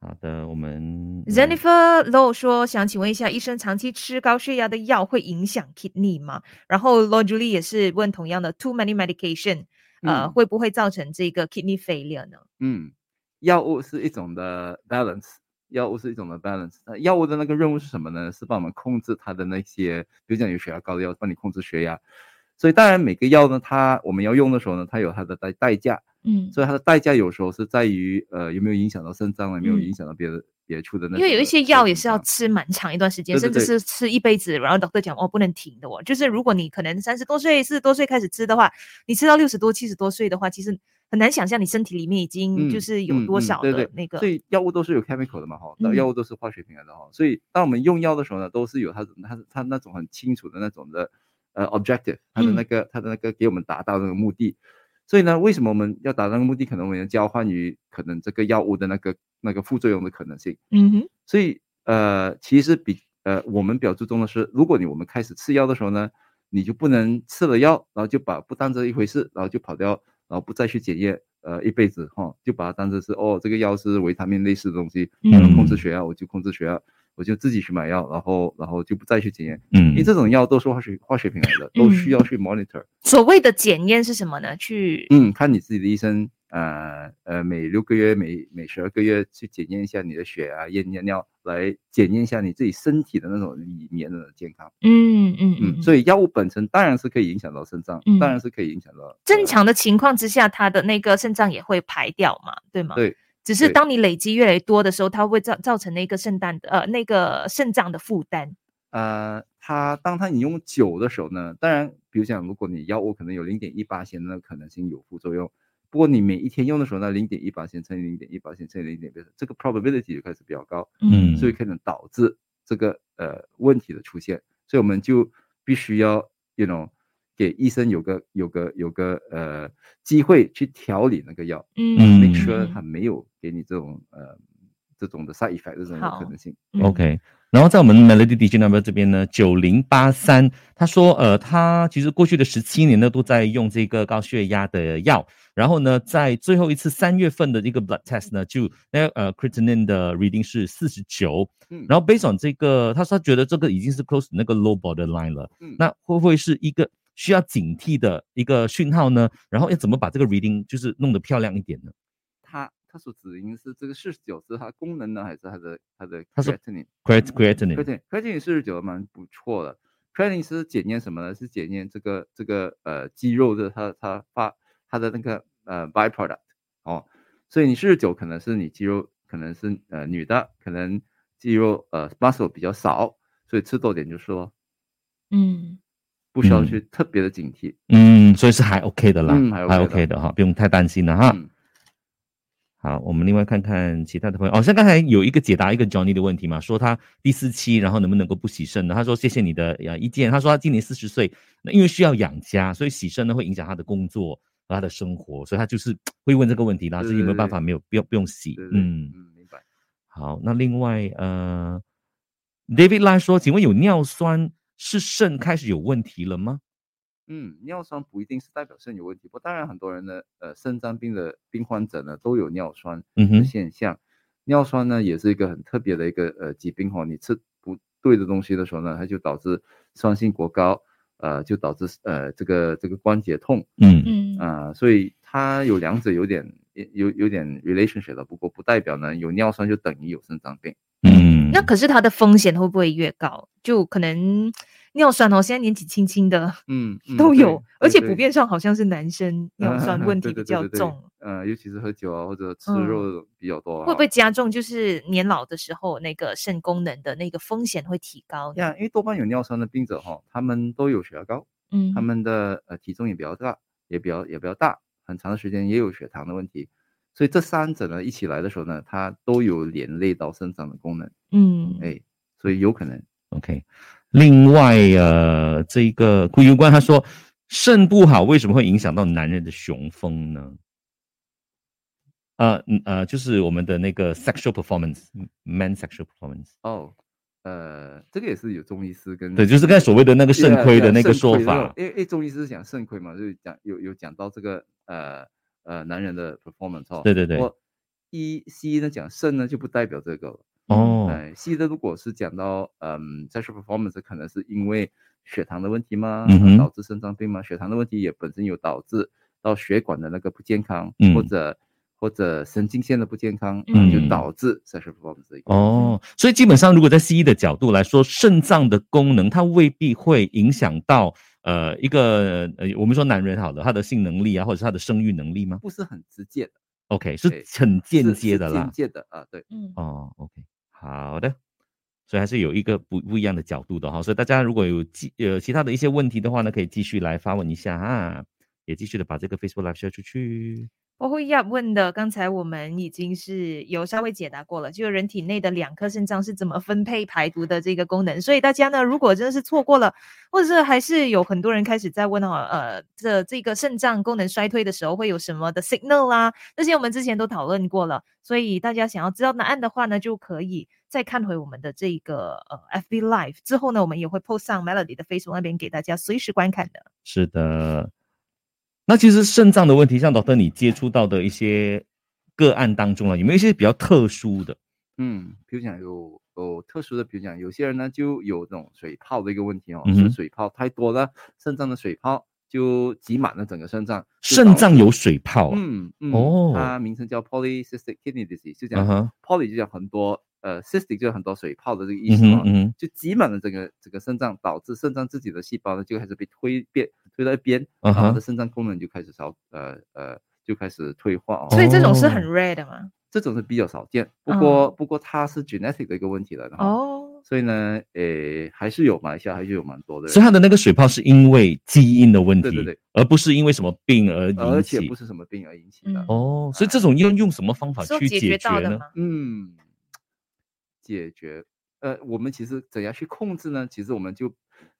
好的，我们
嗯
来
Jennifer Low 说：“想请问一下，医生长期吃高血压的药会影响 kidney 吗？”然后 l o j u l i e 也是问同样的，too many medication，呃，
嗯
会不会造成这个 kidney failure 呢？
嗯，药物是一种的 balance，药物是一种的 balance。那药物的那个任务是什么呢？是帮我们控制它的那些，比如讲有血压高的药，帮你控制血压。所以当然每个药呢，它我们要用的时候呢，它有它的代代价，
嗯，
所以它的代价有时候是在于呃有没有影响到肾脏，有没有
嗯
影响到别的别处的那
因
种的。
为有一些
那
药
种
也是
的
要吃蛮长一段时间，
对对对
甚至是吃一辈子，然后 doctor 讲哦不能停的哦。就是如果你可能三十多岁、四十多岁开始吃的话，你吃到六十多、七十多岁的话，其实很难想象你身体里面已经就
嗯
是有
嗯
多
嗯
少
对
的
对
那个。
所以药物都是有 chemical 的嘛，哈、那
嗯
药物都是化学品来的哈，所以当我们用药的时候呢，都是有它的它它那种很清楚的那种的呃 objective，它的那
嗯
个、它的那个给我们达到那个目的。所以呢，为什么我们要达到那个目的？可能我们要交换于可能这个药物的那个那个副作用的可能性。
嗯哼，
所以呃，其实比呃我们比较注重的是，如果你我们开始吃药的时候呢，你就不能吃了药，然后就把不当这一回事，然后就跑掉，然后不再去检验，呃，一辈子哈，就把它当成是哦，这个药是维他命类似的东西，然后控制
嗯
血压，啊我就控制血压，我就自己去买药，然后然后就不再去检验，
嗯
因为，这种药都是化学化学品来的，都需要去 monitor，
所谓的检验是什么呢？去
嗯，看你自己的医生。呃呃，每六个月、每每十二个月去检验一下你的血啊、验尿尿，来检验一下你自己身体的那种里面的健康。
嗯嗯嗯
嗯，
嗯
所以药物本身当然是可以影响到肾脏，
嗯
当然是可以影响到
正。常的情况之下，它的那个肾脏也会排掉嘛，对吗？
呃。对，
只是
对
当你累积越来越多的时候，它会造造成那个肾脏的呃那个肾脏的负担。
呃，它当它你用久的时候呢，当然，比如讲，如果你药物可能有零点一八的可能性有副作用，不过你每一天用的时候呢，零点一八乘以零点一八乘以零点六，这个 probability 就开始比较高，
嗯
所以可能导致这个呃问题的出现，所以我们就必须要，you know，给医生有个有个有个呃机会去调理那个药。
嗯
make sure 它没有给你这种呃这种的 side effect 这种有
好
可能性。
嗯
OK，然后在我们 Melody DJ number 这边呢，九零八三，他说，呃，他其实过去的十七年呢都在用这个高血压的药，然后呢，在最后一次三月份的一个 blood test 呢，就那呃 creatinine 的 reading 是四十九，
嗯
然后 based on 这个，他说他觉得这个已经是 close to 那个 low borderline 了，
嗯
那会不会是一个需要警惕的一个讯号呢？然后要怎么把这个 reading 就是弄得漂亮一点呢？
它它所指引是这个四十九是它功能呢，还是它的它的
它是
creatinine
Creat creatinine，
creatinine creatinine 四十九蛮不错的。creatinine 是检验什么呢？是检验这个这个呃肌肉的它它发它的那个呃 byproduct 哦，所以你四十九可能是你肌肉可能是呃女的可能肌肉呃 muscle 比较少，所以吃多点就是说
嗯
不需要
嗯
去特别的警惕。
嗯，所以是还 OK 的啦，
嗯还 OK 的
的哈，不用太担心了哈。
嗯
好，我们另外看看其他的朋友。哦，像刚才有一个解答一个 Johnny 的问题嘛，说他第四期，然后能不能够不洗肾呢？他说谢谢你的呃意见。他说他今年四十岁，那因为需要养家，所以洗肾呢会影响他的工作和他的生活，所以他就是会问这个问题啦，
对
是有没有
对
办法
对
没有不用不用洗？
对对对
嗯，
嗯，明白。
好，那另外呃，David 来说，请问有尿酸是肾开始有问题了吗？
嗯，尿酸不一定是代表肾有问题，不过当然很多人呢，呃，肾脏病的病患者呢都有尿酸
嗯
的
哼，
现象。尿酸呢也是一个很特别的一个呃疾病哦，你吃不对的东西的时候呢，它就导致酸性过高，呃，就导致呃这个这个关节痛
嗯
嗯
啊、呃所以它有两者有点有有点 relationship 的，不过不代表呢有尿酸就等于有肾脏病。
嗯，
那可是它的风险会不会越高？就可能尿酸哦，现在年纪轻轻的
嗯，嗯
都有，而
对
且
对
普
*laughs* 对
遍上好像是男
*laughs*
生尿酸问题
对
比
对对
较
对对
重，
呃，尤其是喝酒啊或者吃
嗯
肉比较多啊、
会不会加重就是年老的时候那个肾功能的那个风险会提高呢？
呀？因为多半有尿酸的病者哈、他们都有血压高，
嗯，
他们的呃体重也比较大，也比较也比较大，很长的时间也有血糖的问题，所以这三者呢一起来的时候呢，它都有连累到肾脏的功能，
嗯，
哎，所以有可能
OK，另外呃，这个顾有关他说肾不好为什么会影响到男人的雄风呢？呃嗯呃，就是我们的那个 sexual performance，man sexual performance，
哦，呃，这个也是有中医师跟啊
对，就是刚才所谓的那个啊肾亏的那个说
对啊
法，
对啊肾亏的那种因为因为中医师讲肾亏嘛，就是讲有有讲到这个呃呃男人的 performance 哦，
对对对
我一西医呢讲肾呢就不代表这个了，
哦，
哎，西医的如果是讲到嗯 sexual performance，可能是因为血糖的问题吗？
嗯哼
导致肾脏病吗？血糖的问题也本身有导致到血管的那个不健康，或
嗯
者或者神经线的不健康，
嗯
就导致 sexual performance 的一个
哦，所以基本上如果在西医的角度来说，肾脏的功能它未必会影响到呃一个呃我们说男人好了，他的性能力啊，或者是他的生育能力吗
不是很直接的，
？OK，是
对
很间
是
接
是
的啦
间。接的啊，对，
嗯，
哦，OK，好的，所以还是有一个不不一样的角度的哈，所以大家如果有继呃其他的一些问题的话呢，可以继续来发问一下哈，也继续的把这个 Facebook Live share 出去。
包括要问的，刚才我们已经是有稍微解答过了，就是人体内的两颗肾脏是怎么分配排毒的这个功能。所以大家呢，如果真的是错过了，或者是还是有很多人开始在问哈，呃，这这个肾脏功能衰退的时候会有什么的 signal 啦、这些我们之前都讨论过了。所以大家想要知道答案的话呢，就可以再看回我们的这个呃 FB Live 之后呢，我们也会 post 上 Melody 的 Facebook 那边给大家随时观看的。
是的，那其实肾脏的问题，像老邓你接触到的一些个案当中啊，有没有一些比较特殊的？
嗯，比如讲有有特殊的，比如讲有些人呢就有这种水泡的一个问题哦，
嗯
吃
哼
水泡太多了，肾脏的水泡就挤满了整个肾脏，就
肾
导
脏有水泡啊？
嗯嗯，
哦
它名称叫 polycystic kidney disease，就
嗯
讲
哼，
poly 就讲很多，呃，cystic 就很多水泡的这个意
嗯
思
哼
啊，
嗯哼，
就挤满了整个整个肾脏，导致肾脏自己的细胞呢就开始被推变推到一边，
嗯
然后它的
哼，
肾脏功能就开始少呃呃就开始退化哦。
所以这种是很
哦
rare 的嘛？
这种是比较少见，不
嗯
过不过它是 genetic 的一个问题了，然后
哦，
所以呢，诶、还是有马来西亚还是有蛮多的人
所以他的那个水泡是因为基因的问题，
对对对，
而不是因为什么病而
而
引
且
起
不。是啊什么病而引起的
嗯。
哦，所以这种要用什么方法
是有
去
解决
解
到
决
的
呢？
吗？
嗯，解决。呃，我们其实怎样去控制呢？其实我们就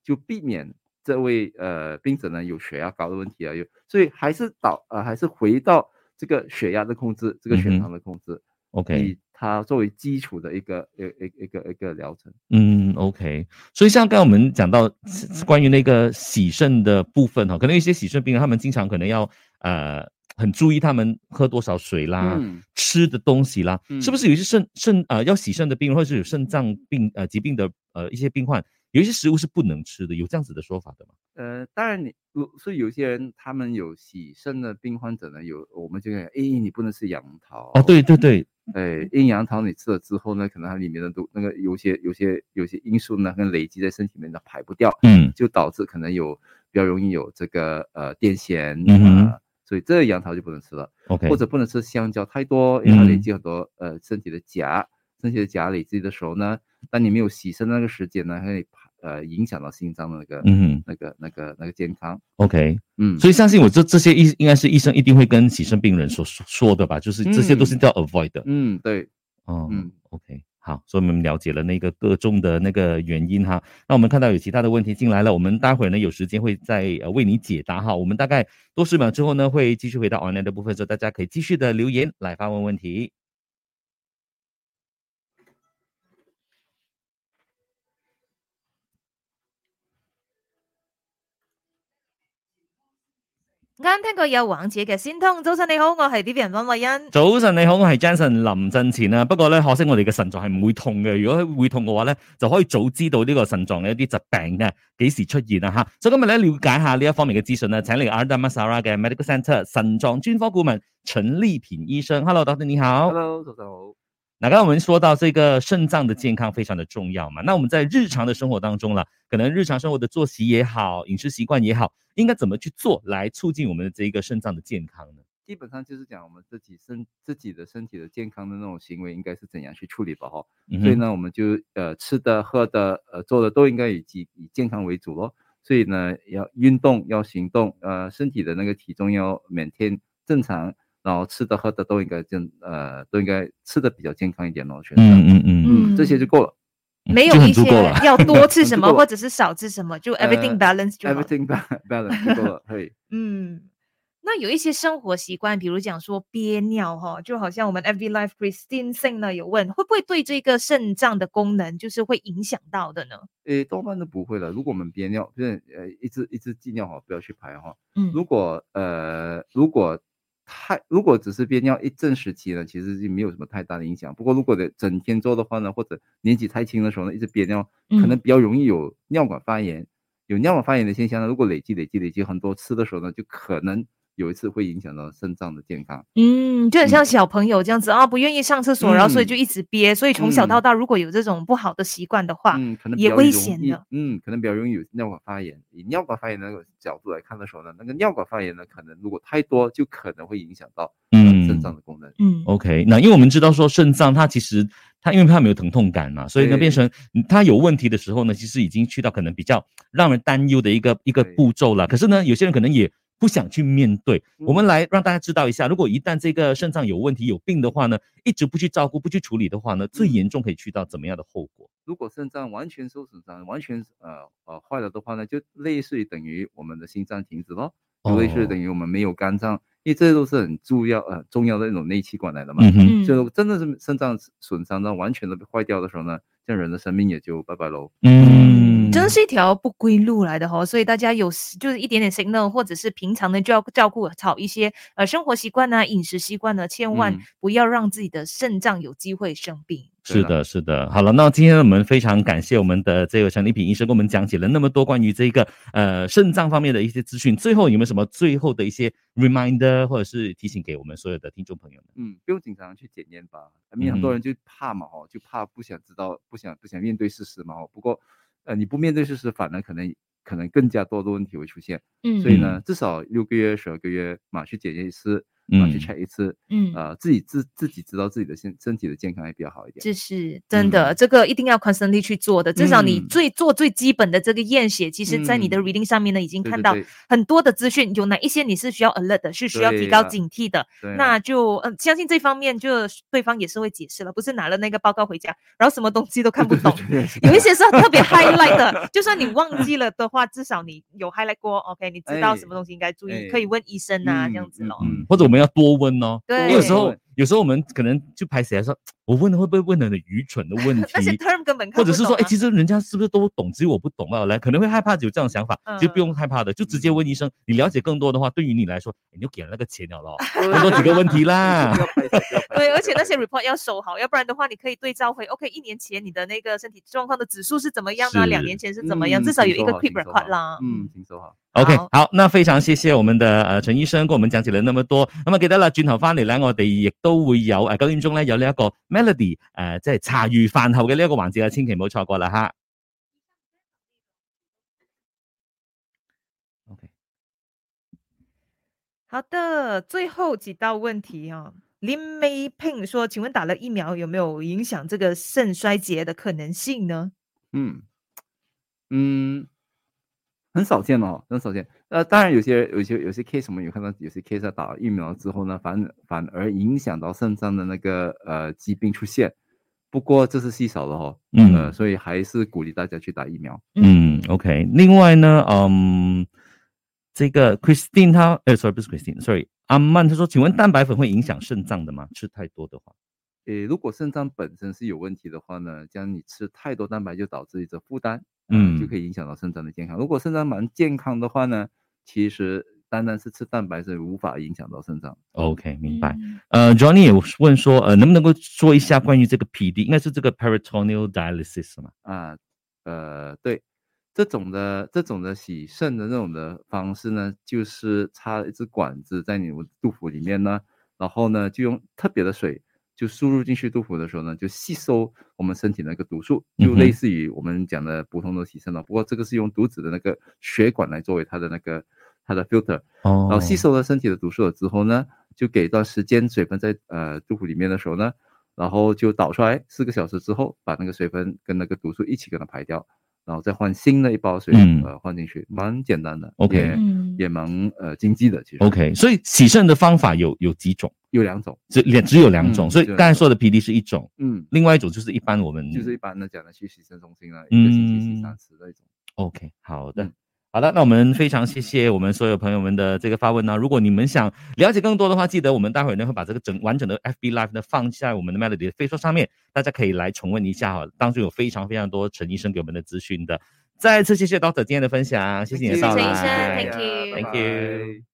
就避免这位呃病者呢有血压高的问题啊，有，所以还是导呃还是回到这个血压的控制，这个血
嗯
糖
哼
的控制，
OK，
以它作为基础的一个一一一个一个疗程。
嗯，OK。所以像刚才我们讲到是关于那个洗肾的部分哈，可能有一些洗肾病人他们经常可能要呃很注意他们喝多少水啦，
嗯，
吃的东西啦，
嗯
是不是有一些肾肾呃要洗肾的病人，或者是有肾脏病呃疾病的呃一些病患，有一些食物是不能吃的，有这样子的说法的吗？
呃，当然你如是有些人他们有洗肾的病患者呢，有我们就讲，诶，你不能吃杨桃
哦，对对对，
哎，阴阳糖你吃了之后呢，可能它里面的毒那个有些有些有些因素呢，跟累积在身体里面它排不掉，
嗯
就导致可能有比较容易有这个呃癫痫，
嗯哼
呃所以这杨桃就不能吃了，
，OK，
或者不能吃香蕉太多，因为它累
嗯
积很多、呃身体的钾，身体的钾累积的时候呢，当你没有洗肾的那个时间呢，它会排呃影响到心脏的那个、
嗯
那个那个那个健康，
，OK，
嗯，
所以相信我这这些医应该是医生一定会跟洗肾病人所说说的吧，就是这些都是叫 avoid 的，
嗯对，
哦，
嗯
OK，好，所以我们了解了那个各种的那个原因哈。那我们看到有其他的问题进来了，我们待会儿呢有时间会再呃为你解答哈。我们大概多十秒之后呢会继续回到 online 的部分，所以大家可以继续的留言来发问问题。
啱聽過有環節嘅先通，早晨你好，我係 d i v i a n 温慧欣。
早晨你好，我係 Jensen 林振前啊。不過咧，可惜我哋嘅腎臟係唔會痛嘅。如果會痛嘅話咧，就可以早知道呢個腎臟嘅一啲疾病嘅幾時出現啊吓。所以今日咧了解下呢一方面嘅資訊咧，請嚟 Arda Masara 嘅 Medical Center 腎臟專科顧問陳立平醫生。Hello，doctor 你好。
，Hello，早上好，
那刚刚我们说到这个肾脏的健康非常的重要嘛，那我们在日常的生活当中了，可能日常生活的作息也好，饮食习惯也好，应该怎么去做来促进我们的这个肾脏的健康呢？
基本上就是讲我们自己身自己的身体的健康的那种行为应该是怎样去处理吧哈、
嗯
所以
哼，
呢，我们就呃吃的、喝的、呃做的都应该以及以健康为主咯。所以呢，要运动，要行动，呃，身体的那个体重要每天正常，然后吃的喝的都应该正呃都应该吃的比较健康一点咯，我觉得
嗯嗯嗯
嗯这些就够了
嗯，
没有
就
一
很足
些
够了。
*laughs* 要多吃什
*laughs* 很足
么，
够了
或者是少吃什么，就 everything
呃
balance 就好了。
，everything ba- *laughs* balance 就够了，嘿，
嗯，那有一些生活习惯，比如讲说憋尿哈，就好像我们 FB Life Christine Sing 呢有问，会不会对这个肾脏的功能就是会影响到的呢？
诶，多半都不会了。如果我们憋尿，就是呃一直一直尽量哈，不要去排哈。
嗯
如果呃，如果太如果只是憋尿一阵时期呢，其实就没有什么太大的影响。不过如果得整天做的话呢，或者年纪太轻的时候呢，一直憋尿，可能
嗯
比较容易有尿管发炎。有尿管发炎的现象呢，如果累积累积累积很多次的时候呢，就可能有一次会影响到肾脏的健康。
嗯，就很像
嗯
小朋友这样子啊，不愿意上厕所，然后所以就
嗯
一直憋，所以从小到
嗯
大如果有这种不好的习惯的话，
嗯，可能
啊也
比较
危
容
险
易
的。
嗯，可能比较容易有尿管发炎。以尿管发炎那个角度来看的时候呢，那个尿管发炎呢，可能如果太多，就可能会影响到呃肾
嗯
脏的功能。
嗯
OK，那因为我们知道说肾脏它其实它因为它没有疼痛感嘛，所以呢
对
变成它有问题的时候呢，其实已经去到可能比较让人担忧的一个一个
对
步骤了。可是呢，有些人可能也不想去面对。我们
嗯
来让大家知道一下，如果一旦这个肾脏有问题、有病的话呢，一直不去照顾、不去处理的话呢，最
嗯
严重可以去到怎么样的后果？
如果肾脏完全受损伤，完全呃呃坏了的话呢，就类似于等于我们的心脏停止咯，就类似于
哦
等于我们没有肝脏，因为这些都是很重要呃重要的那种内器官来的嘛。
嗯哼，
嗯
所以如果真的是肾脏损伤到完全的坏掉的时候呢，这样人的生命也就拜拜喽。
嗯，
真是一条不归路来的哈、所以大家有时就是一点点 signal，或者是平常呢就要照顾好一些呃生活习惯啊、饮食习惯呢，千万
嗯
不要让自己的肾脏有机会生病。
是
对
的，是的。好了，那今天我们非常感谢我们的这个陈丽萍医生跟我们讲解了那么多关于这个呃肾脏方面的一些资讯。最后有没有什么最后的一些 reminder 或者是提醒给我们所有的听众朋友呢？
嗯，不用经常去检验吧，因为很多
嗯
人就怕嘛哦，就怕不想知道，不想不想面对事实嘛哦。不过呃你不面对事实，反而可能可能更加多的问题会出现。
嗯
所以呢，至少六个月、十二个月嘛去检验一次，然后
嗯
去 check 一次，
嗯。
呃，自己自自己知道自己的身身体的健康也比较好一点。
这是真的，这个一定要 constantly 去做的。至少你
嗯
最做最基本的这个验血，其实在你的
嗯
reading 上面呢，已经
对
看
对
到
对
很多的资讯，有哪一些你是需要 alert 的，是需要提
对
高
啦
警惕的。
对啊
那就嗯、呃相信这方面就对方也是会解释了，不是拿了那个报告回家，然后什么东西都看不
*laughs*
懂。有一些是特
*laughs*
别 highlight 的，就算你忘记了的话，至少你有 highlight 过，OK，你知道什么
哎
东西应该注意，
哎
可以问医生啊，这样子咯。
嗯，或者我们要多问哦。
对，
因为有时候
对，
有时候我们可能就拍谁来说，我问了会不会问了很愚蠢的问
那些
题，
term 根本看
或者
不
是
懂
说，哎，
啊
其实人家是不是都懂，只有我不懂啊？来，可能会害怕有这样的想法，其实不
嗯
用害怕的，就直接问医生。你了解更多的话，对于你来说，哎你就给了那个钱了咯，
对
多几个问题
*laughs*
啦
*laughs* 不。要拍手不要拍手
对，而且那些 report 要收好，要不然的话，你可以对照回 OK 一年前你的那个身体状况的指数是怎么样啊，两
是嗯
年前是怎么样，至少有一个 quick record 啦。
嗯，请收好。
OK，
好
好，那非常谢謝我們的呃陳醫生跟我們講解了那麼多。咁啊，記得啦，轉頭翻嚟咧，我哋亦都會有呃诶九點鐘咧有呢一個 Melody 诶、呃即係茶餘飯後嘅呢一個環節啊，千祈唔好錯過啦吓。OK，
好的，最后几道问题啊、林梅聘说：“请问打了疫苗有没有影响这个肾衰竭的可能性呢
嗯嗯，很少见哦，很少见。呃，当然有些有些有些 case 我们有看到，有些 case 在打了疫苗之后呢，反反而影响到肾脏的那个呃疾病出现。不过这是稀少的哦，
嗯
呃，所以还是鼓励大家去打疫苗。
嗯，OK。另外呢，嗯，这个 Christine 她，呃，sorry 不是 Christine，sorry，阿曼她說：請問蛋白粉會影響腎臟的嗎？吃太多的話，
诶，如果肾脏本身是有问题的话呢，将你吃太多蛋白就导致一种负担，呃
嗯
就可以影响到肾脏的健康。如果肾脏蛮健康的话呢，其实单单是吃蛋白是无法影响到肾脏。
？OK，？”明白。
嗯
呃，Johnny 也问说，呃，能不能够说一下关于这个 PD，应该是这个 peritoneal dialysis 嘛？
啊，呃，对，这种的这种的洗肾的那种的方式呢，就是插一支管子在你的肚腹里面呢，然后呢就用特别的水就输入进去肚腹的时候呢，就吸收我们身体那个毒素，就
嗯
类
哼
似于我们讲的普通的洗肾了。不过这个是用肚子的那个血管来作为它的那个它的 filter，
哦
然后吸收了身体的毒素了之后呢，就给一段时间水分在呃肚腹里面的时候呢，然后就导出来，四个小时之后把那个水分跟那个毒素一起给它排掉，然后再换新的一包水、
嗯
呃换进去，蛮简单的
OK
也
嗯
也蛮呃经济的，其实
OK，所以洗肾的方法有有几种，
有两种，
只两只有两种，
嗯
所以
只有
刚才说的 PD 是一种，
嗯，
另外一种就是一般我们
就是一般的讲的去洗肾中心啊，一个星期洗三
嗯
次那种。
OK，好的
嗯。
好的，那我们非常谢谢我们所有朋友们的这个发问呢、啊如果你们想了解更多的话，记得我们待会儿呢会把这个整完整的 FB Live 呢放在我们的 Melody 的 Facebook 上面，大家可以来重温一下哈。哦当中有非常非常多陈医生给我们的资讯的。再次谢谢 Doctor 今天的分享，谢谢你的
谢
到
谢
来。
医生
哎
，thank
呀
you
拜
Thank you
拜